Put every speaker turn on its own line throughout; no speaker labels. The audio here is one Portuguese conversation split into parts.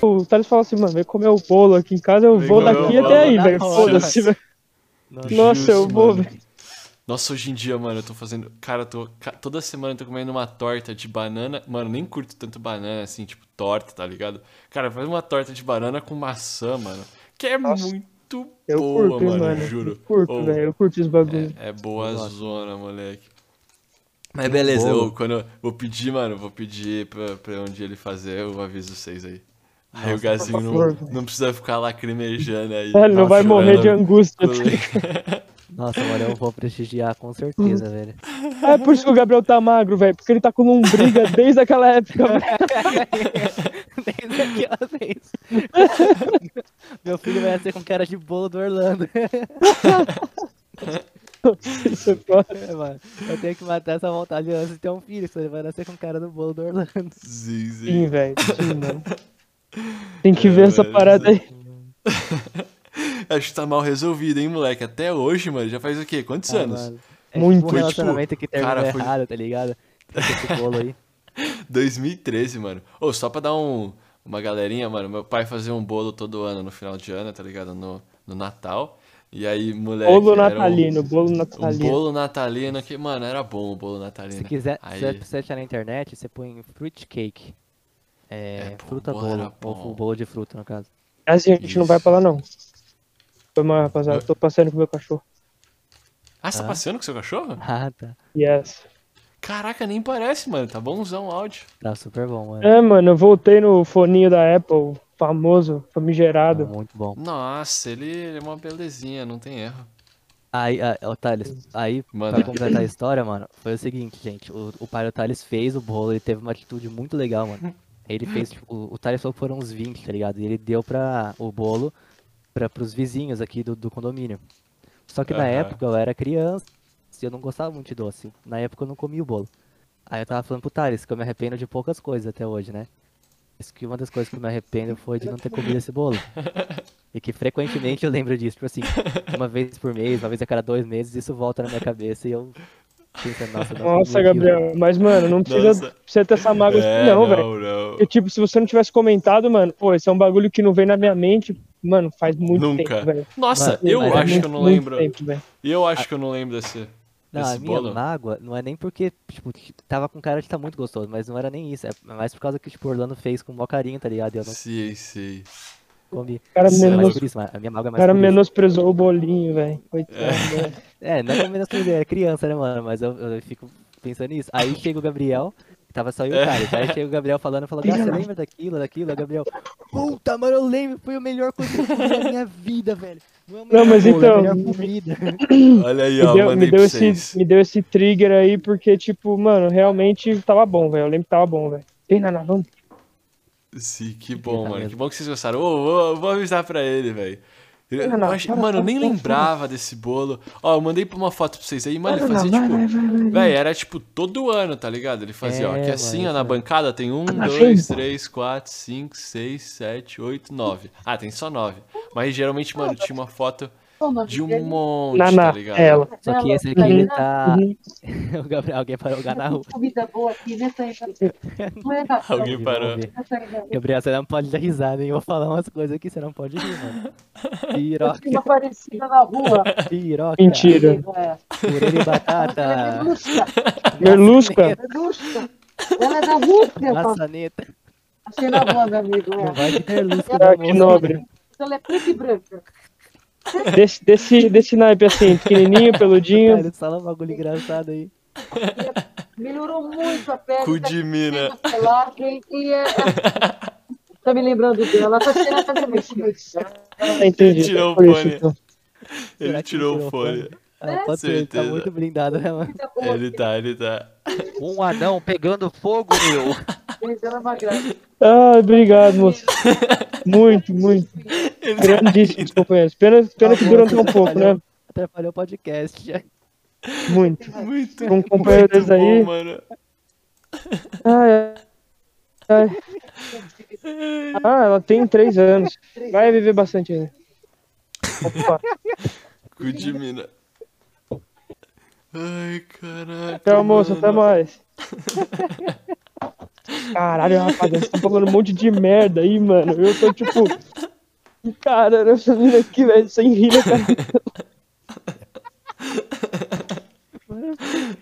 o Thales falou assim, mano, vem comer o bolo aqui em casa, eu
Vem
vou
comer o
daqui
bolo
até aí,
na
velho.
hora.
Foda-se, velho. Nossa, eu vou,
mano.
velho.
Nossa, hoje em dia, mano, eu tô fazendo. Cara, eu tô. ca- Toda semana eu tô comendo uma torta de banana. Mano, nem curto tanto banana assim, tipo torta, tá ligado? Cara, faz uma torta de banana com maçã, mano. Que é
Nossa.
muito
Eu
boa,
curto,
mano,
mano. Eu
juro.
curto,
Ou-
velho. Eu curto os bagulhos.
É, é boa
Eu gosto.
zona, moleque. Mas beleza,
bolo.
eu, quando eu vou pedir, mano, vou pedir pra, pra onde ele fazer, eu aviso vocês aí. Aí o Gazinho
favor,
não,
velho.
não precisa ficar lacrimejando aí.
É, ele não
Nossa,
vai
chorando.
morrer de angústia.
Nossa, mano, eu vou prestigiar com certeza, velho.
É por isso que o Gabriel tá magro, velho. Porque ele tá com lombriga desde aquela época. velho.
Desde aquela vez. Meu filho vai ser com cara de bolo do Orlando.
Isso é foda.
É, mano, eu tenho que matar essa vontade antes de ter um filho. Você vai nascer com cara do bolo do Orlando.
Sim,
Sim,
sim.
velho. Sim, mano. Tem que
É,
ver essa
velho,
parada aí.
Acho que tá mal resolvido, hein, moleque? Até hoje, mano, já faz o quê? Quantos
Ah,
anos?
mano, é
Muito.
tipo um
Foi, tipo,
relacionamento que terminou
cara, foi-
errado, tá ligado? Esse bolo aí.
2013, mano. Ô, só pra dar um, uma galerinha, mano. Meu pai fazia um bolo todo ano, no final de ano, tá ligado? No, no Natal. E aí, moleque.
Bolo
era um-
natalino, bolo
Um,
natalino.
bolo natalino que, mano, era bom o bolo natalino.
Se quiser,
Aí,
se você achar na internet, você põe fruit cake. É,
É, pô,
fruta
bolo era
bolo.
bom.
Ou bolo de fruta, no caso.
A gente não vai pra lá, não. Foi mal, rapaziada.
Eu-
Tô passeando com meu cachorro.
Ah, você tá
Ah.
passeando com seu cachorro?
Ah, tá.
Yes.
Caraca, nem parece, mano. Tá bonzão o áudio.
Tá super bom, mano.
É, mano, eu voltei no foninho da Apple, famoso,
Tá
famigerado.
muito bom.
Nossa, ele, ele é uma belezinha, não tem erro.
Aí, ah, ó, Thales, aí,
Manda.
pra completar a história, mano, foi o seguinte, gente. O, o pai do Thales fez o bolo, ele teve uma atitude muito legal, mano. Ele fez, tipo, o, o Thales falou que foram uns 20, tá ligado? E ele deu pra, o bolo pra, pros vizinhos aqui do, do condomínio. Só que na
Aham.
época eu era criança e eu não gostava muito de doce. Na época eu não comia o bolo. Aí eu tava falando pro Thales que eu me arrependo de poucas coisas até hoje, né? Isso que uma das coisas que eu me arrependo foi de não ter comido esse bolo. E que frequentemente eu lembro disso, tipo assim, uma vez por mês, uma vez a cada dois meses, isso volta na minha cabeça e eu penso, Ah, nossa, eu não comi
Nossa,
aquilo.
Gabriel. Mas, mano, não precisa,
Nossa.
precisa ter essa mágoa, assim,
É,
não, velho.
não.
Porque, tipo, se você não tivesse comentado, mano, pô, esse é um bagulho que não vem na minha mente, mano, faz muito
Nunca.
tempo, velho.
Nossa,
Mas-
eu
mas é
acho que eu
Muito,
não
muito
lembro.
tempo, velho.
Eu acho que eu não lembro desse,
Não,
desse
a minha
bolo.
mágoa não é nem porque, tipo, t- tava com cara de tá muito gostoso, mas não era nem isso. É mais por causa que, tipo, Orlando fez com o maior carinho, tá ligado? E eu não
Sei, sei.
comi.
cara
Mas é mais
menos-
por isso, mas a minha mágoa é
O
mais
cara
por isso.
menosprezou o bolinho, velho. Coitado, velho.
É, não é como menos coisa, é criança, né, mano? Mas eu, eu fico pensando nisso. Aí chega o Gabriel, tava só eu e o Thales. Aí chega o Gabriel falando, falando, ah, você lembra daquilo, daquilo? Aí o Gabriel, puta, mano, eu lembro, foi a melhor coisa que eu comi na minha vida, velho. Não, é o melhor
Não, mas
bolo, é a
então,
melhor comida.
Olha aí,
Hum, Me
ó,
deu, me,
mandei
deu
pra
esse,
vocês.
me deu esse trigger aí, porque, tipo, mano, realmente tava bom, velho. Eu lembro que tava bom, velho. Tem nada, vamos.
Sim, que bom,
tá
mano. Que
mesmo.
bom que vocês gostaram. Ô, ô, eu vou avisar pra ele, velho. Eu- eu
Não,
acho-
para,
Mano, eu
para,
nem
para,
lembrava desse bolo. Ó, eu mandei uma foto pra vocês aí, mano. Ele
Não,
fazia
vai,
tipo.
vai, vai, vai.
Véi, era tipo todo ano, tá ligado? Ele fazia, ó,
É,
aqui assim,
mano,
ó, na
isso
bancada tem um,
na
dois,
frente.
três, quatro, cinco, seis, sete, oito, nove. Ah, tem só nove. Mas geralmente, mano, tinha uma foto de um monte,
Na, na,
tá ligado?
é ela.
Só que esse aqui,
Uhum.
ele tá...
Uhum.
O Gabriel, alguém parou o lugar na rua.
Uhum. Comida boa aqui, né? Tá aí, tá aí. Não é Natal,
Alguém
Vamos
parou.
ver.
tá aí, não.
Gabriel, você não pode dar risada, hein? Eu vou falar umas coisas aqui, você não pode rir, mano.
Eu
Piroca,
tinha uma parecida na rua.
piroca,
Mentira.
Não é.
orelha e
Ah, tá.
Ela é
batata,
Melusca.
Merlusca?
Melusca. Ela é da Rússia. eu falo.
maçaneta.
Achei na rua, meu amigo.
Não
É.
vai de merlusca,
Ah, que
não, moça.
nobre.
Ela é preta e branca.
Desse, desse, desse naipe assim, pequenininho, peludinho.
Cara, fala um bagulho engraçado aí.
Melhorou muito a pele.
Cu
tá
de mina.
com pelagem e é... Tá me lembrando dela. Tá cheirando até mexicana.
Ah, entendi.
Tirou o
Por isso,
fone.
então.
Ele
Será que
tirou
tirou
o
o
fone.
Ah, pode ser, ele tá
Certeza.
muito blindado, né, mano?
Comida boa.
Ele tá, ele tá.
Um anão pegando fogo, meu.
Gente, Ela é uma graça.
Ah, obrigado, moço. Muito, muito.
tá
Grandíssimos companheiros. Pena, pena que durou tão pouco, né?
Atrapalhou o podcast.
Muito.
Muito,
Com um companheiro
muito
desse
bom,
aí.
mano.
Ai, ai. Ah, ela tem três anos. Vai viver bastante ainda. Opa.
Cu de mina. Ai, caraca.
Tchau, moço.
mano.
Até mais. Caralho, rapaziada, vocês estão falando um monte de merda aí, mano. Eu tô tipo. Cara, eu tô vindo aqui, velho, sem rir, né, cara.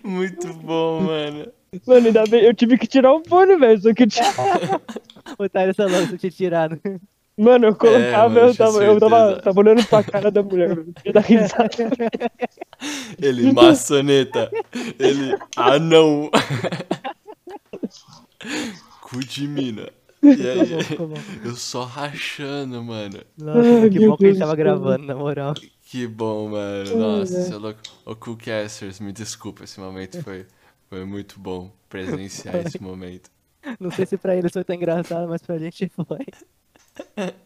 Muito bom, mano.
Mano, ainda bem, eu tive que tirar o fone, velho. Só que, tipo,
O Thales falou que você tinha tirado.
mano, eu colocava,
mano,
eu,
É, tinha
tava, eu tava,
certeza.
tava olhando pra cara da mulher, velho. Eu ia dar risada.
Ele, maçaneta. Ele, anão. Cu de mina. E aí,
Ficou Tá bom.
eu só rachando, mano.
Nossa, que
meu
bom que ele
Deus
tava
do céu.
gravando, na moral.
Que bom, mano. Nossa, você é louco. Ô, Cookcasters, me desculpa, esse momento foi, foi muito bom presenciar esse momento.
Não sei se pra eles foi tão engraçado, mas pra gente foi.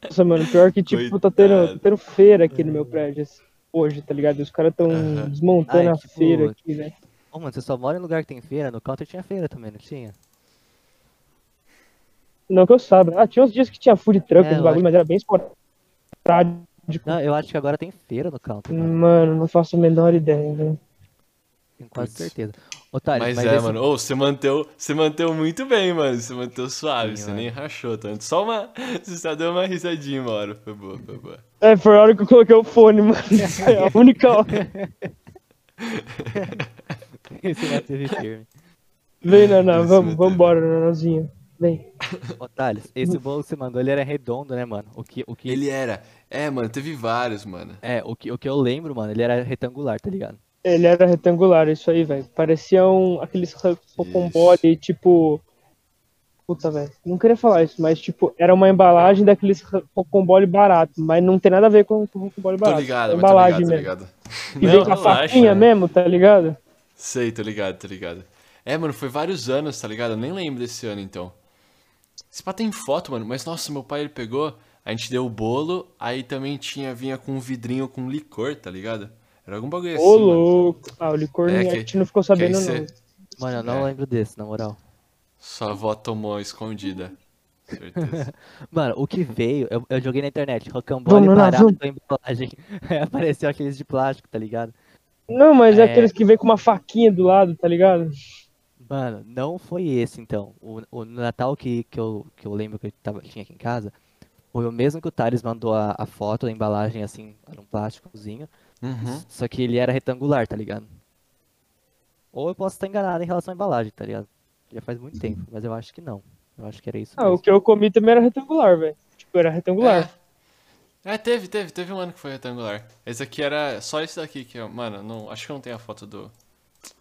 Nossa, mano, pior que, tipo, tá tendo, tá tendo feira aqui no meu prédio assim, hoje, tá ligado? Os caras tão
Aham.
desmontando
Ai,
a
que
feira
boa.
aqui, né? velho.
Ô, mano, você só mora em lugar que tem feira? No counter tinha feira também, não tinha?
Não que eu saiba. Ah, tinha uns dias que tinha food truck,
É,
esse
eu
bagulho,
acho.
mas era bem esporádico.
Não, eu acho que agora tem feira no counter,
Hum.
mano.
Mano, não faço a menor ideia, velho.
Tenho quase
Putz.
certeza. Ô, Thales,
Mas,
mas,
é,
esse-
mano. Ô, você manteu, você manteu muito bem, mano. Você manteu
Sim,
suave, você
mano.
nem rachou tanto. Só uma. Você só deu uma risadinha uma hora. Foi boa, foi boa.
É, foi a hora que eu coloquei o fone, mano. É a única hora.
esse não teve firme.
Vem, Naná,
Esse
vamos,
vai ter-
vambora, Nanãzinho. Vem.
Ô, Thales,
Hum.
esse bolo que você mandou, ele era redondo, né, mano? O que, o que...
Ele era. É, mano, teve vários, mano.
É, o que, o que eu lembro, mano, ele era retangular, tá ligado?
Ele era retangular, isso aí, velho. Parecia um, aqueles rocambole, tipo... Puta, velho, não queria falar isso, mas, tipo, era uma embalagem daqueles rocambole barato, mas não tem nada a ver com com rocambole
Tô
barato.
ligado,
é
mas tô ligado,
embalagem
tô
mesmo.
ligado.
E vem com a
é.
faquinha mesmo, tá ligado?
Sei, tô ligado, tô ligado. É, mano, foi vários anos, tá ligado? Eu nem lembro desse ano, então. Esse pá tem foto, mano, mas nossa, meu pai ele pegou, a gente deu o bolo, aí também tinha, vinha com um vidrinho com licor, tá ligado? Era algum bagulho assim.
Ô,
mano.
louco. Ah, o licor
É
a
que-
gente não ficou
Que aí
sabendo,
cê-
não.
Mano, eu não
É.
lembro desse, na moral.
Sua avó tomou escondida. Certeza.
Mano, o que veio, eu, eu joguei na internet, rocambole
Vamos lá,
barato
vamos.
com embalagem. Aí apareceu aqueles de plástico, tá ligado?
Não, mas é,
É.
aqueles que vem com uma faquinha do lado, tá ligado?
Mano, não foi esse então. O, o Natal que, que, eu, que eu lembro que eu tava, tinha aqui em casa foi o mesmo que o Thales mandou a, a foto, a embalagem assim, era um plásticozinho,
Uhum.
só que ele era retangular, tá ligado? Ou eu posso estar enganado em relação à embalagem, tá ligado? Já faz muito tempo, mas eu acho que não. Eu acho que era isso
Ah, o
mesmo.
que eu comi também era retangular, velho. Tipo, era retangular.
É. É, teve, teve, teve um ano que foi retangular. Esse aqui era só esse daqui que eu, mano, não, acho que eu não tenho a foto do.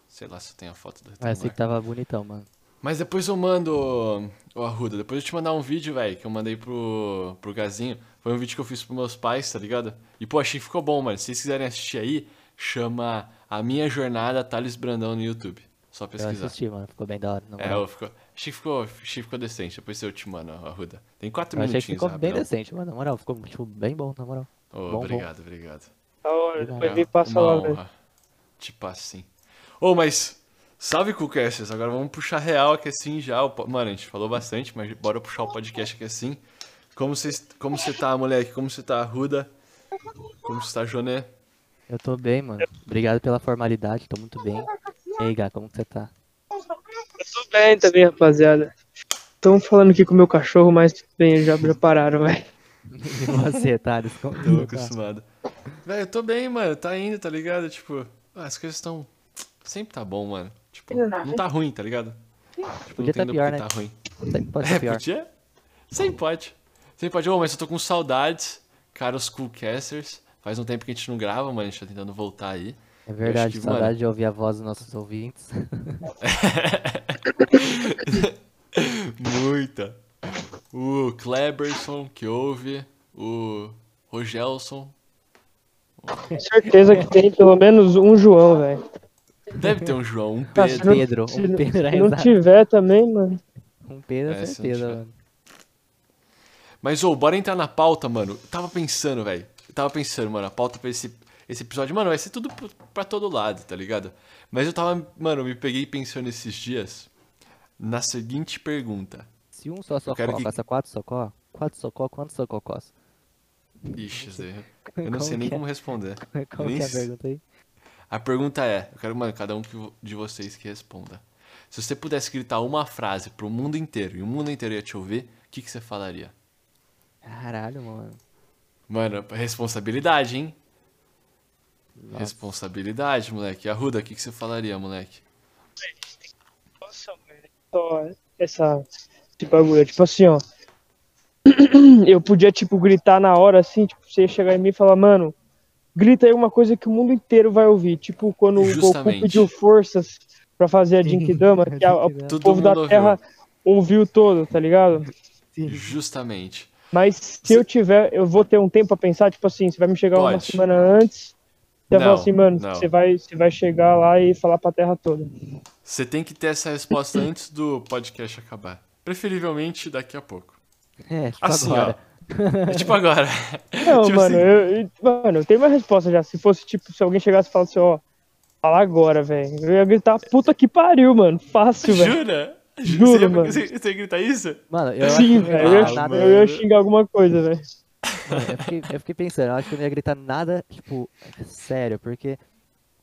Sei lá se eu tenho a foto do
Ah,
retangular.
eu sei que tava bonitão, mano.
Mas depois eu mando, o Arruda, depois eu te mandar um vídeo, velho, que eu mandei pro, pro Gazinho. Foi um vídeo que eu fiz pros meus pais, tá ligado? E, pô, achei que ficou bom, mano. Se vocês quiserem assistir aí, chama A Minha Jornada Thales Brandão no YouTube. Só
Eu
pesquisar.
assisti, mano, ficou bem da hora. na
É,
moral.
eu ficou, achei, que ficou, achei que ficou decente. Depois eu te mando, Arruda. Tem quatro
Eu achei
minutinhos,
que ficou bem
rapidão.
decente, mano, na moral, ficou tipo, bem bom, na moral.
Ô,
Bom, bom.
obrigado, obrigado.
Da hora, depois
É
vem e passa
uma
lá,
honra.
velho.
Tipo assim. Ô, mas. Salve, Cookcasters. Agora vamos puxar real aqui assim já. O po- Mano, a gente falou bastante, mas bora puxar o podcast aqui assim. Como você como você tá, moleque? Como você tá, Ruda? Como você tá, Joné?
Eu tô bem, mano. Obrigado pela formalidade, tô muito bem. E aí, Gá, como que você tá?
Tudo bem também, rapaziada. Tão falando aqui com o meu cachorro, mas tudo bem, já, já pararam, velho.
E você, Thales? Como que
Tô
você tá?
acostumado. Velho, eu tô bem, mano. Tá indo, tá ligado? Tipo, ah, as coisas estão. Sempre tá bom, mano. Tipo, não tá ruim, tá ligado? Tipo,
Podia tá
entendo
pior,
porque
né?
tá ruim.
Sempre Pode
É,
ser pior.
podia? Sem pode. Sem pode. Ô, mas eu tô com saudades, caros Coolcasters. Faz um tempo que a gente não grava, mano. A gente tá tentando voltar aí.
É verdade,
que,
saudade
mano-
de ouvir a voz dos nossos ouvintes.
Muita. O Kleberson, que ouve. O Rogelson.
Tenho certeza que tem pelo menos um João, velho.
Deve ter um João, um
Ah, se
Pedro.
não-
Pedro, um
se não-
Pedro,
se não
exato.
tiver também, mano.
Um Pedro,
É,
é,
se não
certeza,
tiver.
mano.
Mas, ô, bora entrar na pauta, mano. Eu tava pensando, velho. Eu tava pensando, mano, a pauta pra esse, esse episódio, mano, vai ser tudo pro- pra todo lado, tá ligado? Mas eu tava, mano, eu me peguei pensando esses dias na seguinte pergunta.
Se um só
quero
socó,
que-
passa quatro socó, quatro socó, quantos sococós?
Ixi, Zé. Eu não
Como
sei nem
que é?
como responder.
Qual
Nem
que é a
sei.
pergunta aí?
A pergunta é, eu quero, mano, cada um que vo- de vocês que responda. Se você pudesse gritar uma frase pro mundo inteiro e o mundo inteiro ia te ouvir, o que, que você falaria?
Caralho, mano.
Mano, responsabilidade, hein?
Nossa.
Responsabilidade, moleque. Arruda, o que, que você falaria, moleque?
Nossa, velho. Só essa, esse bagulho. Tipo assim, ó. Eu podia, tipo, gritar na hora, assim, tipo, você ia chegar em mim e falar, mano, grita aí uma coisa que o mundo inteiro vai ouvir. Tipo, quando o
Justamente.
Goku pediu forças pra fazer a Jinkidama, que a- o
Jinkidama.
Todo
povo da
mundo ouviu.
Terra assim. ouviu todo, tá ligado?
Justamente.
Mas se eu tiver, eu vou ter um tempo pra pensar, tipo assim, você vai me chegar uma
Pode.
semana antes, você vai
Não,
falar assim, mano,
não.
você vai, você vai chegar lá e falar pra terra toda.
Você tem que ter essa resposta antes do podcast acabar. Preferivelmente daqui a pouco.
É, tipo
Assim,
agora.
ó. É tipo agora.
Não,
Tipo
mano,
assim.
eu, eu- mano, eu tenho uma resposta já. Se fosse, tipo, se alguém chegasse e falasse, assim, ó, fala agora, velho. Eu ia gritar, puta que pariu, mano. Fácil, velho.
Jura?
Tipo, Juro,
você, ia-
mano.
Você, você ia gritar isso?
Mano, eu acho que
Sim,
eu não ia
velho. Eu, ia-
gritar Ah, nada.
eu ia xingar alguma coisa, velho.
Mano, eu, fiquei, eu fiquei pensando, eu acho que eu não ia gritar nada, tipo, sério, porque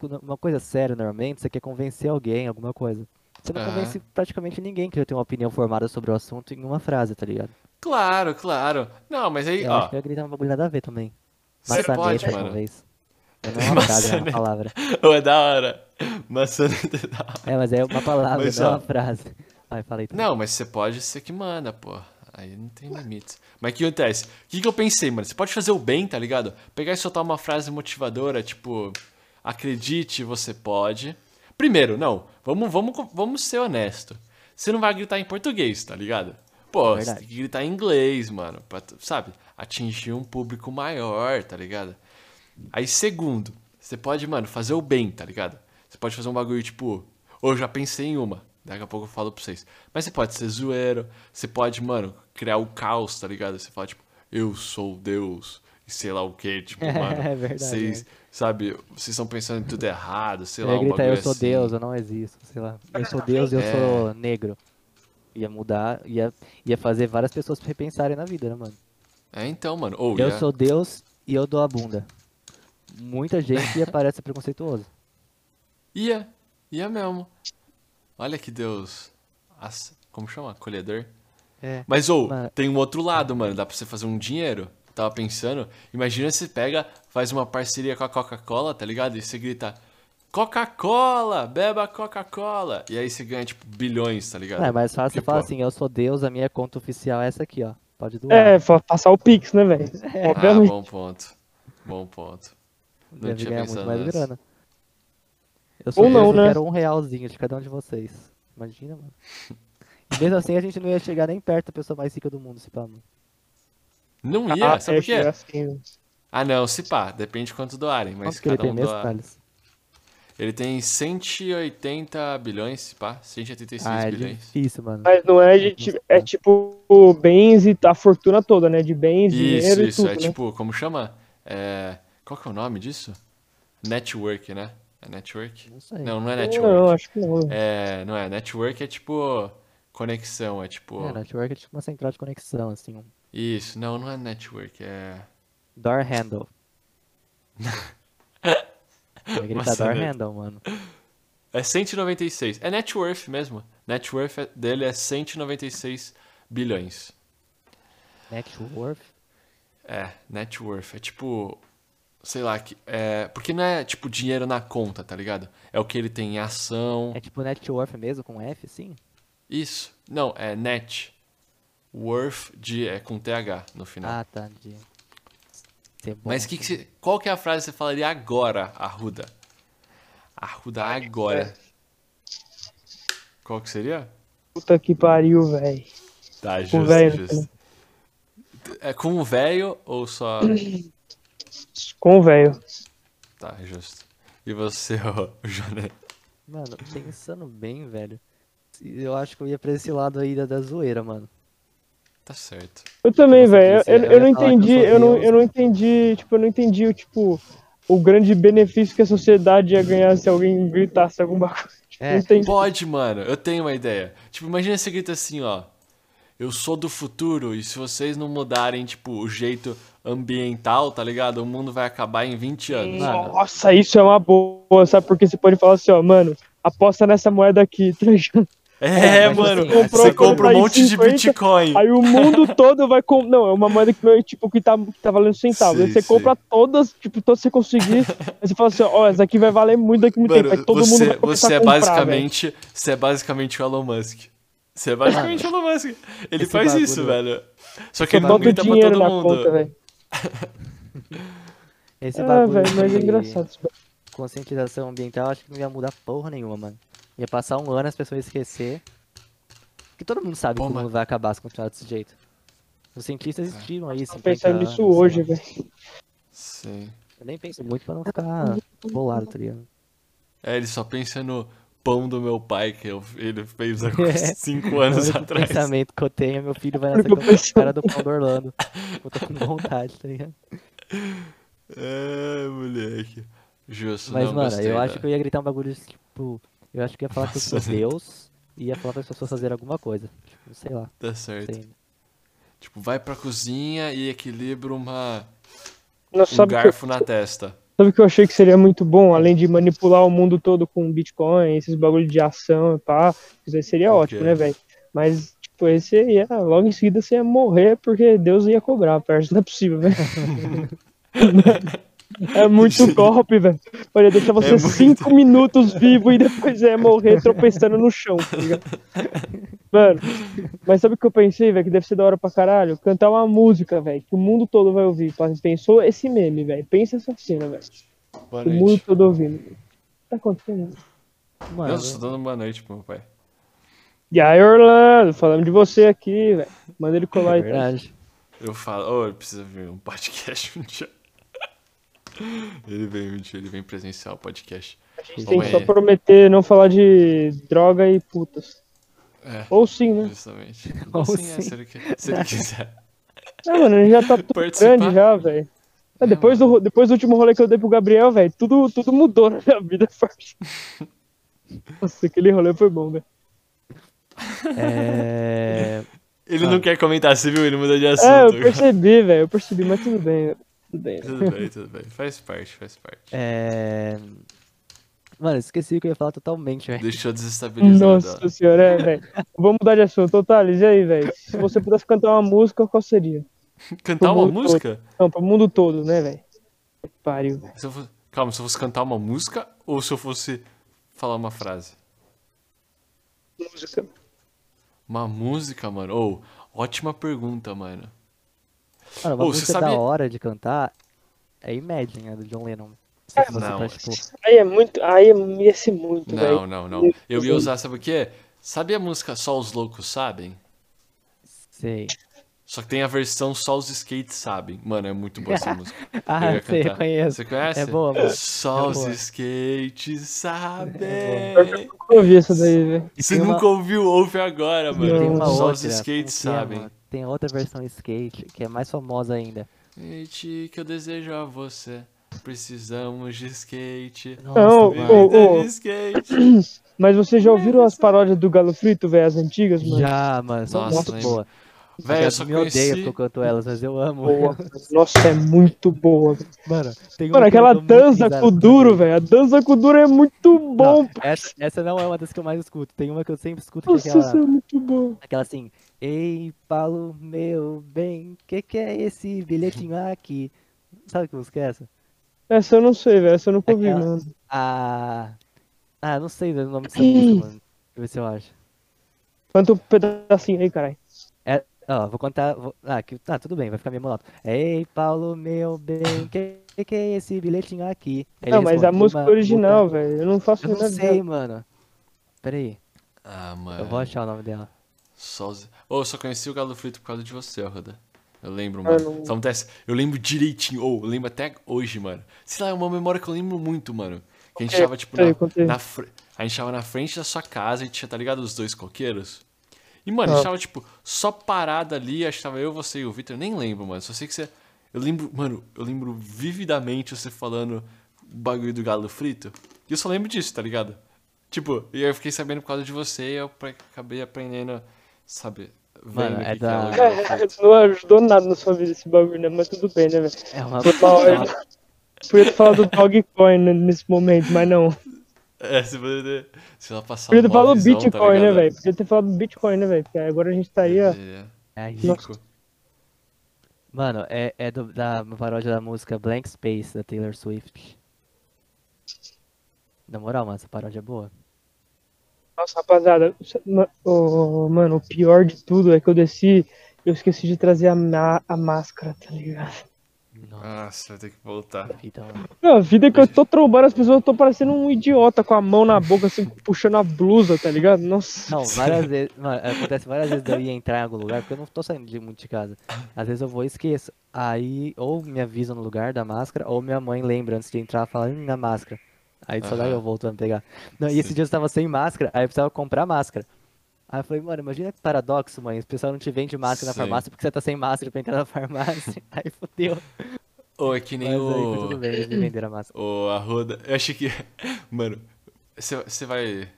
quando- uma coisa séria normalmente, você quer convencer alguém, alguma coisa. Você não
Aham.
convence praticamente ninguém que já tem uma opinião formada sobre o assunto em uma frase, tá ligado?
Claro, claro. Não, mas aí,
Eu
ó.
acho que eu ia gritar um bagulho nada a ver também.
Você pode,
Maçaneta,
mano.
talvez. É, Não é uma frase, é uma
Maçaneta.
palavra.
Ô, é da hora. Maçaneta é da hora.
É, mas é uma palavra,
Mas,
não é
ó.
uma frase. Vai, falei tudo.
Não, mas você pode ser que manda, pô. Aí não tem limites. Mas o que acontece? O que, que eu pensei, mano? Você pode fazer o bem, tá ligado? Pegar e soltar uma frase motivadora, tipo, acredite, você pode. Primeiro, não, vamos, vamos, vamos ser honesto. Você não vai gritar em português, tá ligado? Pô, você
Verdade.
tem que gritar em inglês, mano. Pra, tu- sabe? Atingir um público maior, tá ligado? Aí, segundo, você pode, mano, fazer o bem, tá ligado? Você pode fazer um bagulho tipo, ou eu já pensei em uma, daqui a pouco eu falo pra vocês. Mas você pode ser zoeiro, você pode, mano, criar o caos, tá ligado? Você fala, tipo, eu sou Deus, e sei lá o quê, tipo,
É
mano.
verdade,
Vocês,
é.
sabe, vocês estão pensando em tudo errado, sei
Eu
lá,
ia
um
gritar,
bagulho
eu sou
assim.
Deus, eu não existo, sei lá. Eu sou Deus e eu
É.
sou negro. Ia mudar, ia, ia fazer várias pessoas repensarem na vida, né, mano?
É, então, mano. Ou,
Eu
já-
sou Deus e eu dou a bunda. Muita gente ia parecer preconceituoso.
Ia, ia mesmo. Olha que Deus. as- Como chama? Acolhedor?
É.
Mas ou,
Mas-
tem um outro lado, mano. Dá pra você fazer um dinheiro. Tava pensando. Imagina você pega, faz uma parceria com a Coca-Cola, tá ligado? E você grita: Coca-Cola! Beba Coca-Cola! E aí você ganha, tipo, bilhões, tá ligado?
Não, é mais fácil você
Tipo,
falar assim, eu sou Deus, a minha conta oficial é essa aqui, ó. Pode doar.
É, fa- passar o Pix, né, velho?
é
Ah,
Obviamente.
bom ponto. Bom ponto. Não
Deve
tinha
ganhar
pensado
muito mais
nessa.
grana. Eu sou
Ou não,
Deus, eu
né?
quero um realzinho de cada um de vocês. Imagina, mano. E mesmo assim a gente não ia chegar nem perto da pessoa mais rica do mundo, se pá, mano.
Não ia,
Ah,
sabe
é,
por quê?
é assim, velho.
Ah, não, se pá, depende de quanto doarem, mas
Quanto que ele
cada
tem
um
mesmo,
doa.
Thales?
Ele tem 180 bilhões, se pá, 186
Ah, é
bilhões.
difícil, mano.
Mas não é de tipo, é tipo o bens e a fortuna toda, né? De bens,
Isso,
dinheiro
isso,
e tudo,
é
né?
tipo, como chama? É, Qual que é o nome disso? Network, né? É network?
Não sei.
Não, não é
Não,
network.
acho que não.
É, não é, network é tipo conexão, é tipo...
É, network é tipo uma central de conexão, assim, um
Isso, não, não é network, é...
door handle. Eu ia gritar door
Maçaneta.
handle, mano.
É 196, é net worth mesmo. Net worth é- dele é 196 bilhões.
Network?
É, net worth. É tipo. Sei lá, que- é, porque não é tipo dinheiro na conta, tá ligado? É o que ele tem em ação.
É tipo network mesmo, com F, sim?
Isso. Não, é net. Worth de, é com TH no final.
Ah, tá, de... Ser bom.
Mas que que você- qual que é a frase que você falaria agora, Arruda? Arruda agora. Qual que seria?
Puta que pariu, velho.
Tá, justo,
Com o velho, né?
justo. É com o velho ou só.
Com o velho.
tá, justo. E você, ô, Jonathan?
Mano, pensando bem, velho, eu acho que eu ia pra esse lado aí da, da zoeira, mano.
Tá certo.
Eu também,
Você
velho.
disse,
Eu,
né?
eu não
Eu ia falar que eu
entendi,
sou
eu não,
Deus.
eu não entendi, tipo, eu não entendi o tipo o grande benefício que a sociedade ia ganhar se alguém gritasse alguma coisa. Tipo,
É.
não entendi.
Pode, mano. Eu tenho uma ideia. Tipo, imagina você grita assim, ó. Eu sou do futuro e se vocês não mudarem, tipo, o jeito ambiental, tá ligado? O mundo vai acabar em 20 anos.
Ah,
Mano.
Nossa, isso é uma boa, sabe? Porque você pode falar assim, ó, mano, aposta nessa moeda aqui, tá ligado?
É,
mas
mano,
assim,
comprou,
você compra um
comprou
monte de
50,
Bitcoin.
Aí o mundo todo vai com Não, é uma moeda que, meu, tipo, que, tá, que tá valendo centavos.
Sei,
Aí você
sei.
compra todas, tipo, todas que você conseguir. Aí você fala assim, ó, essa aqui vai valer muito daqui a muito tempo. Aí todo
você,
mundo vai começar
você
a
é
comprar, velho.
basicamente, você é basicamente o Elon Musk. Você é
Ah,
basicamente o Elon Musk. Ele
Esse
faz
bagulho-
isso, velho. Só que
Só
ele não
bota o
grita pra todo
dinheiro na
mundo.
conta, velho.
Esse
Ah,
bagulho
velho, mas é
de
engraçado. isso, velho.
conscientização ambiental, acho que não ia mudar porra nenhuma, mano. Ia passar um ano as pessoas iam esquecer. Que todo mundo sabe
Pô,
que o
mas- É.
mundo vai acabar se continuar desse jeito. Os cientistas estiram aí,
Tô
50
pensando
anos,
nisso
sei lá.
hoje, velho.
Sim.
Eu nem penso muito pra não ficar bolado, tá ligado?
É, ele só pensa no pão do meu pai, que eu- ele fez há
É.
5
O
anos
único
atrás.
pensamento que eu tenho é meu filho vai
O único
nascer com a
pensamento.
cara do pão do Orlando. Eu tô com vontade, tá ligado?
É, moleque. Justo,
Mas,
não,
mano,
gostei,
eu
né?
acho que eu ia gritar um bagulho, tipo... Eu acho que eu ia falar que eu sou
Nossa.
Deus e ia falar pra as pessoas fazerem alguma coisa. Tipo, sei lá,
Tá certo.
sei.
Tipo, vai pra cozinha e equilibra uma,
Não,
um
sabe, o que, eu-
garfo na testa.
sabe o que eu achei que seria muito bom? Além de manipular o mundo todo com Bitcoin, esses bagulho de ação e pá. Isso aí seria
Ok.
ótimo, né, velho? Mas, tipo, esse ia, logo em seguida você ia morrer porque Deus ia cobrar, parça. Não é possível, velho. É muito golpe, velho. Olha, deixa você
É muito.
cinco minutos vivo e depois é morrer tropeçando no chão, tá ligado? Mano, mas sabe o que eu pensei, velho? Que deve ser da hora pra caralho? Cantar uma música, velho, que o mundo todo vai ouvir. pá. Pensou esse meme, velho? Pensa essa cena, velho.
Boa
O mundo
noite.
todo ouvindo. O que tá acontecendo?
Mano,
Não, só tô dando boa noite pro meu pai.
E aí, Orlando, falando de você aqui, velho. Manda ele colar
é
e tal.
verdade.
Eu falo, oh, ele precisa vir um podcast um dia. Ele vem um dia, ele vem presencial o podcast.
Tem
Vamos
que só
aí.
prometer não falar de droga e putas.
É,
Ou sim, né?
justamente.
Ou
Assim, é,
sim.
se, ele, que- se ele quiser.
Ah, mano, ele já tá tudo
Participar.
grande já, velho. Ah, depois, do, depois do último rolê que eu dei pro Gabriel, velho, tudo, tudo mudou na minha vida, parça. Nossa, aquele rolê foi bom, velho.
É...
Ele não quer comentar, você viu? Ele muda de assunto.
É, eu
agora.
percebi, velho, eu percebi, mas tudo bem, velho. Tudo bem, né? velho.
Tudo bem, tudo bem. Faz parte, faz parte.
É... Mano, esqueci o que eu ia falar totalmente, velho.
Deixou desestabilizado.
Nossa senhora, é, velho. Vou mudar de assunto. Ô, Thales, e aí, velho? Se você pudesse cantar uma música, qual seria? Pro
Cantar uma
mundo
música?
Não, pro mundo todo, né, velho? Que Pariu, velho.
Se eu fosse- Calma, se eu fosse cantar uma música ou se eu fosse falar uma frase?
Música.
Uma música, mano. Ou, ótima pergunta, mano.
Mano, uma
Ô, você
música
sabia-
da hora de cantar é Imagine, né, do John Lennon. Se fosse
não,
pra, tipo,
Aí é muito. Aí é- ia ser muito, velho.
Não, não, não. Eu ia usar, sabe o quê? Sabe a música Só os Loucos Sabem?
sei.
Só que tem a versão Só os Skates Sabem. Mano, é muito boa essa música.
Ah,
ia
sei,
cantar.
reconheço.
Você conhece?
É boa, mano.
Só
É
os
boa. É
skates
Pior que Eu
sabem.
nunca ouvi essa daí, velho.
E
Você
tem uma-
nunca ouviu, ouve agora, mano.
Tem uma
Só
outra.
os skates
como que é,
sabem.
mano? Tem outra versão skate que é mais famosa ainda.
Skate que eu desejo a você. Precisamos de skate.
Não,
é
mano.
ô,
Vida
ô.
de skate.
Mas vocês já ouviram as paródias do Galo Frito, velho? As antigas, mano?
Já, mano, são
Nossa,
muito
lembro.
boa.
Véi, eu só
me odeia
conheci.
porque eu canto elas, mas eu amo.
Boa. Nossa, é muito boa. velho.
Mano, tem uma
Mano,
que eu
aquela
dou muita
dança
risada
com o
também.
duro, velho. A dança com o duro é muito
Não,
bom.
essa, essa não é uma das que eu mais escuto. Tem uma que eu sempre escuto que é
Nossa,
aquela.
isso é muito bom.
Aquela assim, ei, Paulo, meu bem, que que é esse bilhetinho aqui? Sabe que música é essa?
Essa eu não sei, velho. Essa eu nunca ouvi,
Aquela-
mano.
Ah, ah, não sei o nome dessa música, mano. Deixa eu ver se eu acho.
Canta um pedacinho aí, caralho.
Ó, vou contar, vou- ah, que... ah, tudo bem, vai ficar meio monótono. Ei, Paulo, meu bem, que que, que é esse bilhetinho aqui? Aí ele
Não, mas a
responde,
música
"Uma
original,
puta-"
velho. Eu não é faço
Eu não
nada
sei,
dela.
mano. Pera aí,
Ah, mano.
eu vou achar o nome dela.
Só os... Ô, eu só conheci o Galo Frito por causa de você, Roda. Eu lembro,
Ah,
mano.
não.
Só acontece. Eu lembro direitinho. Ou, eu lembro até hoje, mano. Sei lá, é uma memória que eu lembro muito, mano. Que a gente
Ok,
tava, tipo,
conta aí,
na,
conta aí.
na fre- A gente tava na frente da sua casa e tinha, tá ligado? Os dois coqueiros. E, mano,
Tá.
a gente tava, tipo, só parado ali. Acho que tava eu, você e o Victor. Eu nem lembro, mano. Só sei que você. Eu lembro, mano, eu lembro vividamente você falando o bagulho do galo frito. E eu só lembro disso, tá ligado? Tipo, e eu fiquei sabendo por causa de você e eu pra- acabei aprendendo, sabe? Vendo
Mano,
o que
é
que
da-
é o galo
É,
frito.
não ajudou nada na sua vida esse bagulho, né? Mas tudo bem, né, velho?
É uma...
Tá
Foi mal, eu- Podia ter falado do Dogecoin nesse momento, mas não.
É, você poderia ter. Se ela passar
Podia ter
mal
falado
visão, tá
Bitcoin, né,
ligado?
velho? Podia ter falado Bitcoin, né, velho? Porque agora a gente estaria.
É,
É isso.
rico.
Mano, é, é do- da uma paródia da música Blank Space, da Taylor Swift. Na moral, mano, essa paródia é boa.
Nossa, rapaziada, ma- ô, mano, o pior de tudo é que eu desci, eu esqueci de trazer a, ma- a máscara, tá ligado?
Nossa, então.
Nossa, vai ter que voltar.
vida, mano.
Não, a vida é que eu tô trombando as pessoas, eu tô parecendo um idiota com a mão na boca, assim, puxando a blusa, tá ligado? Nossa.
Não, várias vezes. Mano, acontece várias vezes de eu ir entrar em algum lugar, porque eu não tô saindo de muito de casa. Às vezes eu vou e esqueço. Aí, ou me avisam no lugar da máscara, ou minha mãe lembra antes de entrar, fala, hum, na máscara. Aí só daí
Aham.
eu volto pra me pegar. Não, e esse
Sim.
dia eu tava sem máscara, aí eu precisava comprar máscara. Aí eu falei, mano, imagina que paradoxo, mãe. O pessoal não te vende máscara na
Sim.
farmácia porque você tá sem máscara pra entrar na farmácia. Aí fodeu.
Ou é que nem
Mas aí foi tudo
o.
bem, eles me venderam a máscara.
O Arruda. Eu achei que. Mano, você você vai.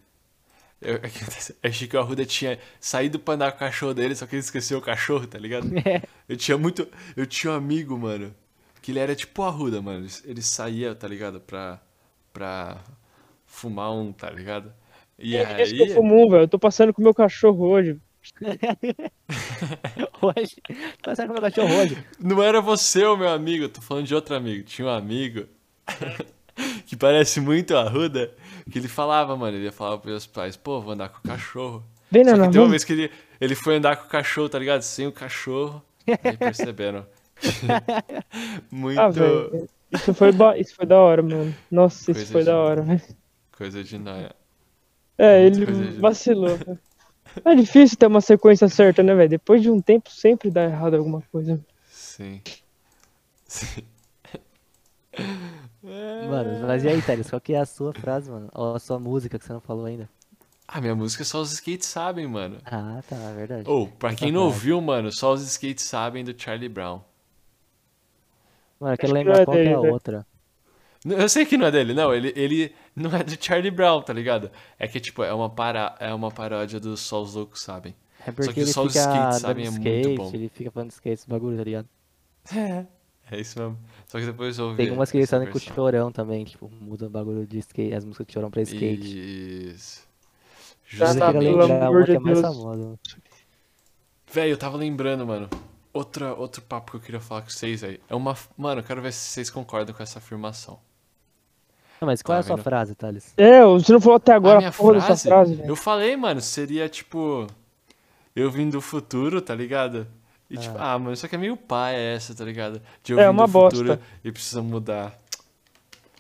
Eu, eu achei que o Arruda tinha saído pra andar com o cachorro dele, só que ele esqueceu o cachorro, tá ligado? Eu tinha muito. Eu tinha um amigo, mano. Que ele era tipo o Arruda, mano. Ele- Ele saía, tá ligado? Pra. Pra fumar um, tá ligado? E
Ele disse que eu
aí.
fumo um, velho. Eu tô passando com o meu cachorro hoje.
Hoje, passaram com meu cachorro hoje.
Não era você o meu amigo, eu tô falando de outro amigo. Tinha um amigo que parece muito a Ruda, que ele falava, mano, ele ia falar pros meus pais, pô, vou andar com o cachorro.
Vem,
Só
Naná,
que tem uma
vamos.
vez que ele, ele foi andar com o cachorro, tá ligado? Sem o cachorro. Aí perceberam. muito
Ah, velho. Isso foi, ba- isso foi da hora, mano. Nossa,
Coisa
isso foi
de-
da hora, velho.
coisa de nóia.
É, ele
Coisa de-
vacilou, velho. É difícil ter uma sequência certa, né, velho? Depois de um tempo sempre dá errado alguma coisa.
Sim. Sim.
Mano, mas e aí, Thales, qual que é a sua frase, mano? Ou a sua música que você não falou ainda?
Ah, minha música só os skates sabem, mano.
Ah, tá, é verdade.
Ou, pra quem não
frase.
ouviu, mano, só os skates sabem do Charlie Brown.
Mano, eu quero
acho que
lembrar
não é
qual que é a
dele, né?
outra.
Não, Eu sei que não é dele, não. Ele, ele não é do Charlie Brown, tá ligado? É que, tipo, é uma, para, é uma paródia do Só os Loucos Sabem.
É porque
que
ele
só os
fica
skates
andando de
sabem, é muito bom.
skate, ele fica falando de skate, esse bagulho, tá ligado?
É isso mesmo. Só que depois eu ouvi.
Tem umas que eles
essa
fazem com o
versão.
chorão também, tipo, muda o bagulho de skate, as músicas de chorão pra skate.
Isso.
Tá,
Mas eu
tá,
quero
pelo
Justamente.
lembrar
amor
uma
de
que é mais
Deus.
famosa. mano.
Velho, eu tava lembrando, mano. Outra, outro papo que eu queria falar com vocês aí. É uma. Mano, eu quero ver se vocês concordam com essa afirmação.
Não, mas qual
Tá
é a sua
vendo?
frase, Thales?
É, você não falou até
a
agora
minha
a porra dessa frase, velho.
Eu falei, mano, seria tipo. Eu vim do futuro, tá ligado? E tipo, ah, mano, só que é meio pai essa, tá ligado? De eu
É,
vim
uma
do
bosta.
futuro e precisa mudar.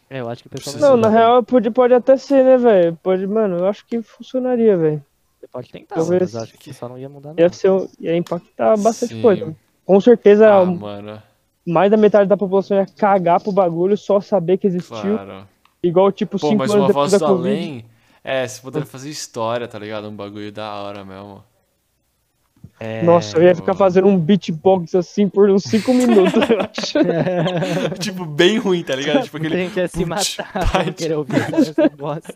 É, eu acho que o pessoal
Precisa
Não, na
lembra.
real pode, pode até ser, né, velho? Pode, mano, eu acho que funcionaria, velho.
Você pode tentar,
Talvez-
mano, mas eu acho que o pessoal não ia mudar, não.
Ia, ser, um- ia impactar bastante
Sim.
coisa. Com certeza,
Ah,
um-
mano,
mais da metade da população ia cagar pro bagulho só saber que existiu.
claro.
Igual, tipo,
Pô,
cinco
mas
anos
uma
depois
voz
da
do
Covid.
além. É, você poderia fazer história, tá ligado? Um bagulho da hora mesmo.
É...
Nossa, eu ia ficar
pô.
fazendo um beatbox assim por uns cinco minutos, eu acho.
tipo, bem ruim, tá ligado? Tipo
Muita
aquele.
gente ia se
Putz,
matar pra não
bate.
querer ouvir essa bosta.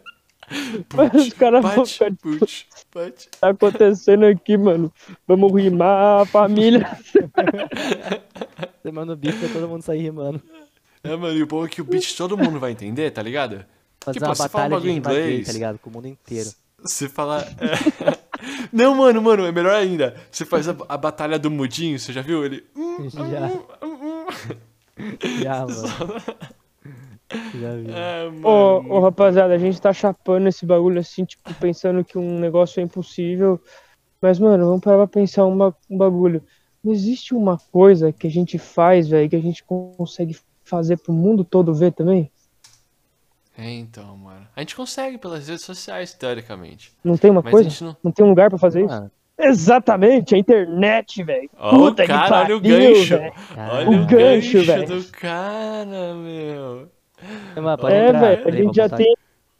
Mas os caras vão
Bate,
ficar, tipo,
bate, bate.
tá acontecendo aqui, mano? Vamos rimar, família.
Você manda o bico pra todo mundo sair rimando.
É, mano, e o bom é que o beat todo mundo vai entender, tá ligado?
Fazer
Tipo,
uma
você fala um
batalha de
bagulho em
rima gay,
inglês.
tá ligado? Com o mundo inteiro.
Você fala. é. Não, mano, mano, é melhor ainda. Você faz a, a batalha do mudinho, você já viu? Ele. hum,
Já. Já, mano. Já vi.
É,
Ô, ô, rapaziada, a gente tá chapando esse bagulho assim, tipo, pensando que um negócio é impossível. Mas, mano, vamos parar pra pensar uma- um bagulho. Não existe uma coisa que a gente faz, velho, que a gente consegue fazer pro mundo todo ver também?
É, então, mano. A gente consegue pelas redes sociais, teoricamente.
Não tem uma
Mas
coisa?
a gente não.
Não tem um lugar pra fazer isso?
Mano,
Exatamente, a internet, velho.
Ó, o
Puta que
cara, olha
pariu,
o gancho.
velho.
Olha
O
o
Um gancho,
gancho,
velho.
do cara, meu.
mano, pode
É,
entrar.
velho, a
Leva
gente já
vontade.
tem.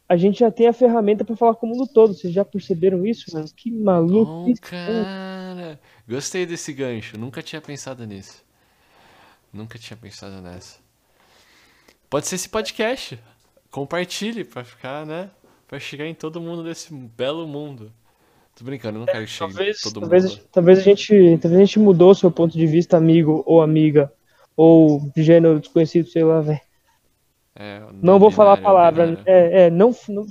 A gente já tem a ferramenta pra falar com o mundo todo. Vocês já perceberam isso, mano? Que maluco.
Bom, cara. Gostei desse gancho. Nunca tinha pensado nisso. Nunca tinha pensado nessa. Pode ser esse podcast. Compartilhe pra ficar, né? Pra chegar em todo mundo desse belo mundo. Tô brincando, eu não quero que chegue
É, Talvez,
todo
talvez,
mundo.
talvez a gente, talvez a gente mudou o seu ponto de vista, amigo ou amiga, ou de gênero desconhecido, sei lá, velho.
É,
Não vou falar a
binário,
palavra. né?
binário.
É, é, não, não-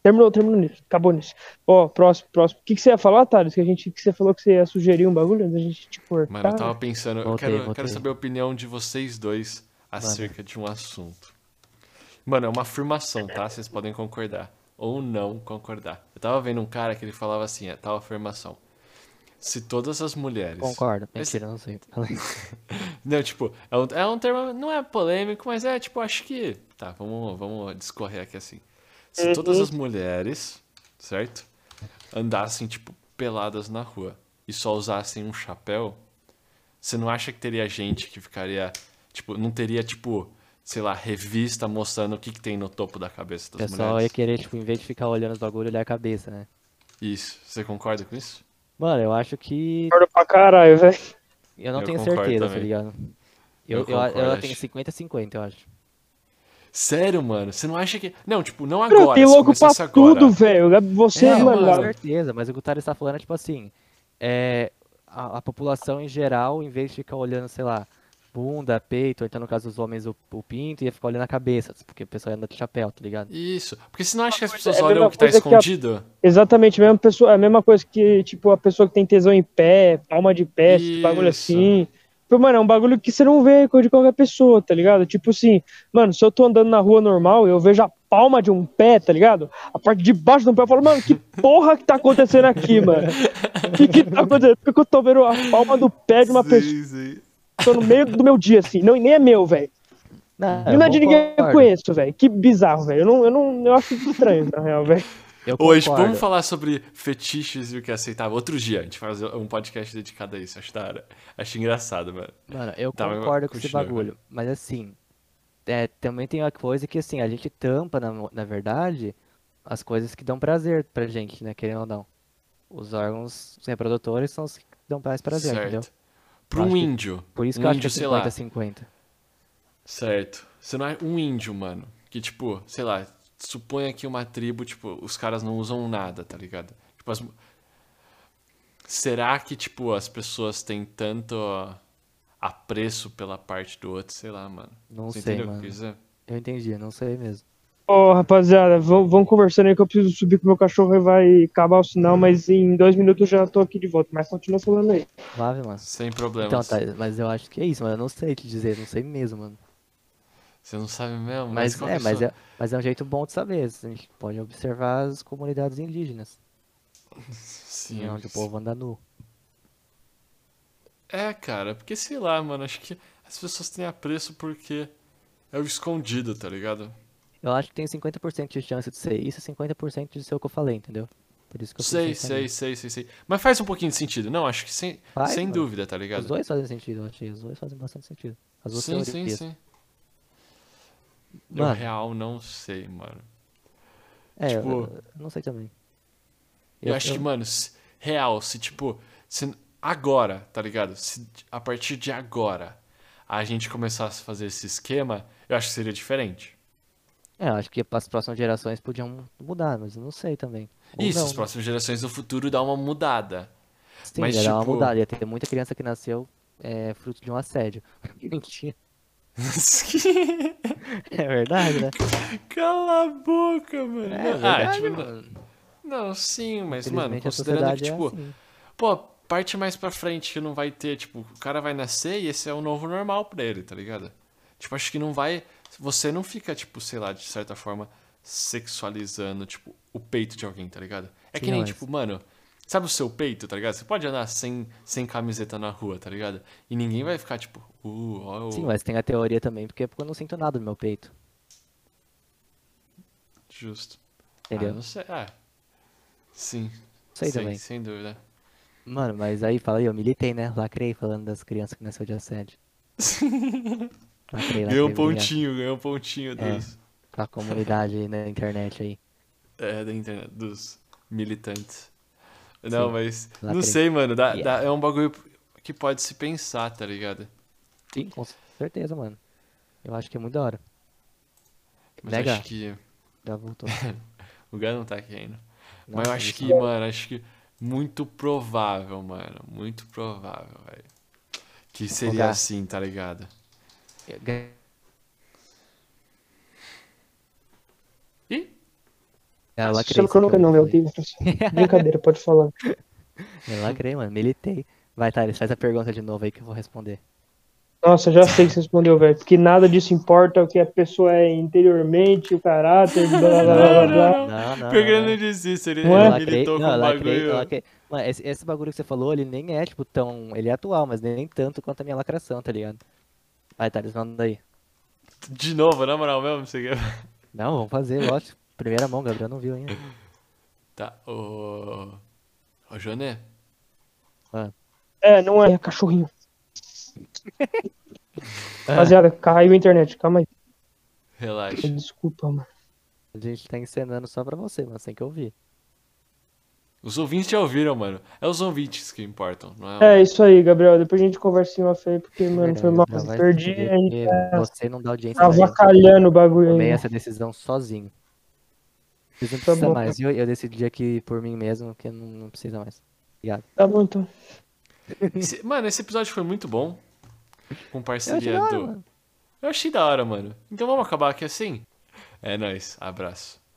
Terminou, terminou nisso. Acabou nisso. Ó, próximo, próximo. O que, que você ia falar, Thales? Que, a gente, que você falou que você ia sugerir um bagulho antes da gente te cortar?
Mano, eu tava pensando, eu
Voltei,
quero,
voltei.
quero saber a opinião de vocês dois acerca de um assunto. Mano, é uma afirmação, tá? Vocês podem concordar ou não concordar. Eu tava vendo um cara que ele falava assim, é tal afirmação. Se todas as mulheres.
Concordo.
Mas-
Mentira, não sei.
Não, tipo, é um, é um termo, não é polêmico, mas é tipo, acho que. Tá, vamos, vamos discorrer aqui assim.
Uhum.
Se todas as mulheres, certo? Andassem, tipo, peladas na rua e só usassem um chapéu, você não acha que teria gente que ficaria. Tipo, não teria, tipo, sei lá, revista mostrando o que, que tem no topo da cabeça
O
das
pessoal ia
mulheres?
querer, tipo, em vez de ficar olhando os bagulhos, olhar a cabeça, né?
Isso. Você concorda com isso?
Mano, eu acho que.
Concordo pra caralho, velho.
Eu não
Eu
tenho
concordo
certeza, tá
também.
ligado? Eu, eu,
Eu
eu,
concordo,
tenho
acho.
50-50, eu acho.
Sério, mano? Você não acha que. Não, tipo, não
Mano,
agora.
tem
se
louco pra
começasse agora.
tudo, velho. Gabi, Você,
É,
mano.
mano.
com
Gabi,
certeza, mas o que o Thales tá falando é tipo assim, é, a, a população em geral, em vez de ficar olhando, sei lá, bunda, peito, ou então no caso dos homens o, o pinto, ia ficar olhando a cabeça, porque o pessoal anda de chapéu, tá ligado?
Isso. Porque você não acha que as
é
pessoas
a
olham
mesma
o que tá
coisa que a-
escondido?
Exatamente, a mesma, pessoa, a mesma coisa que, tipo, a pessoa que tem tesão em pé, palma de pé, esses bagulho
Isso.
assim. Tipo, mano, é um bagulho que você não vê de qualquer pessoa, tá ligado? Tipo assim, mano, se eu tô andando na rua normal, eu vejo a palma de um pé, tá ligado? A parte de baixo do pé, eu falo, mano, que porra que tá acontecendo aqui, mano? O que que tá acontecendo? Por que que eu tô vendo a palma do pé de uma pessoa no meio do meu dia, assim? Não, e nem é meu, velho.
Não,
Não é de ninguém que eu conheço, velho. Que bizarro, velho. Eu não, eu não, eu acho isso estranho, na real, velho.
Hoje, vamos falar sobre fetiches e o que é aceitável. Outro dia, a gente faz um podcast dedicado a isso. Acho, da hora. acho engraçado, mano.
Mano, eu
Tá, mas
concordo com esse
continua,
bagulho, mas assim, é, também tem uma coisa que assim, a gente tampa, na, na verdade, as coisas que dão prazer pra gente, né, querendo ou não. Os órgãos reprodutores são os que dão mais prazer, entendeu?
Pra
Acho
um
que-
índio.
Por isso
um
que eu acho que
índio,
é
sei lá.
50-50.
Certo. Você não é um índio, mano. Que, tipo, sei lá, suponha que uma tribo, tipo, os caras não usam nada, tá ligado? Tipo, as... Será que, tipo, as pessoas têm tanto ó, apreço pela parte do outro? Sei lá, mano.
Não
Você
sei,
entendeu o
mano.
que eu quis dizer?
Eu entendi, não sei mesmo.
Ô, rapaziada, vão, vão conversando aí que eu preciso subir que meu cachorro e vai acabar o sinal, mas em dois minutos eu já tô aqui de volta. Mas continua falando aí.
Suave, mano.
Sem problemas.
Então, tá, mas eu acho que é isso, mano. Eu não sei te dizer, não sei mesmo, mano.
Você não sabe mesmo?
Mas,
qual
é,
que
mas
sua-
é, mas é um jeito bom de saber. A gente pode observar as comunidades indígenas,
Sim,
né, onde o povo anda nu.
É, cara, porque sei lá, mano, acho que as pessoas têm apreço porque é o escondido, tá ligado?
Eu acho que tem 50% de chance de ser isso e 50% de ser o que eu falei, entendeu? Por isso que eu fui sem
Sei,
saber.
sei, sei, sei, sei. Mas faz um pouquinho de sentido. Não, acho que sem,
Faz,
sem
mano.
dúvida, tá ligado?
Os dois fazem sentido, eu achei. Os dois fazem bastante sentido. As duas
Sim, sim,
teorias.
sim. Eu
Mano,
real não sei, mano.
é, eu-
tipo-
eu não sei também.
Eu, acho que, mano, se- real, se tipo, se agora, tá ligado? Se a partir de agora a gente começasse a fazer esse esquema, eu acho que seria diferente.
É, eu acho que as próximas gerações podiam mudar, mas eu não sei também. Ou
Isso,
não,
as
né?
próximas gerações no futuro dá uma mudada.
Sim,
mas,
ia dar uma
tipo-
mudada. Ia ter muita criança que nasceu é, fruto de um assédio. Mentira. É verdade, né?
Cala a boca, mano.
É
ah,
verdade,
tipo, não,
mano.
não, sim, mas, mano,
Infelizmente, a
considerando que,
sociedade é
tipo,
assim.
pô, parte mais pra frente que não vai ter, tipo, o cara vai nascer e esse é o novo normal pra ele, tá ligado? Tipo, acho que não vai. Você não fica, tipo, sei lá, de certa forma, sexualizando, tipo, o peito de alguém, tá ligado? É que
Sim,
nem,
mas-
tipo, mano. Sabe o seu peito, tá ligado? Você pode andar sem, sem camiseta na rua, tá ligado? E ninguém vai ficar tipo, uh, ó, o
Sim, mas tem a teoria também, porque é porque eu não sinto nada no meu peito.
justo. Ah,
Entendeu?
não sei. Ah. Sim.
Sei
sim,
também.
Sem dúvida.
Mano, mas aí fala aí, eu militei, né? Lacrei falando das crianças que nasceu de assédio. Lacrei, lacrei,
Ganhou um
obrigado.
pontinho, ganhou um
É.
pontinho dos.
Pra comunidade aí na internet aí.
É, da internet, dos militantes. Não,
Sim,
mas.
lá
Não
tem.
sei, mano. dá-
Yeah.
dá- é um bagulho que pode se pensar, tá ligado?
Sim, com certeza, mano. Eu acho que é muito da hora.
Mas
Mega.
acho que.
Já voltou.
O Gá não tá aqui ainda.
Não,
mas eu
não tá.
acho
isso
que, mano, acho que. Muito provável, mano. Muito provável, velho. Que seria
Gá.
assim, tá ligado?
Eu ganhei-
Ih,
É, eu lacrei.
Estilo crônica não, meu Deus. Brincadeira, pode falar.
Eu lacrei, mano. Militei. Vai, Thales, faz a pergunta de novo aí que eu vou responder.
Nossa, já sei que você respondeu, velho. Porque nada disso importa o que a pessoa é interiormente, o caráter, blá blá blá blá blá.
Não, não.
Pior que ele
Ah. não.
não disse isso, ele,
Não é?
ele
Eu lacrei,
militou
não,
com
eu
o
lacrei, eu
bagulho.
lacrei. Mano, esse, esse bagulho que você falou, ele nem é, tipo, tão. Ele é atual, mas nem tanto quanto a minha lacração, tá ligado? Vai, Thales, manda aí.
De novo, na moral mesmo, você quer.
Não, vamos fazer, lógico. Primeira mão, Gabriel não viu ainda.
Tá, ô. Ô, Jonê.
É, não é, cachorrinho.
É.
Rapaziada, caiu a internet, calma aí.
Relaxa.
Desculpa, mano.
A gente tá encenando só pra você, mano. Você tem que ouvir.
Os ouvintes já ouviram, mano. É os ouvintes que importam, não é?
É isso aí, Gabriel. Depois a gente conversa em off aí, porque, mano, foi mal.
Gabriel, vai se
Perdi,
fuder,
a gente
porque Você não dá audiência
tá
pra gente.
avacalhando o bagulho
Tomei
aí.
essa decisão sozinho. Vocês não
Tá
precisam
bom.
mais. Eu, eu decidi aqui por mim mesmo que não, não precisa mais. Obrigado.
Tá bom, então.
Esse- mano, esse episódio foi muito bom. Com parceria
da hora,
do.
mano.
Eu achei da hora, mano. Então vamos acabar aqui assim? É nóis. Abraço.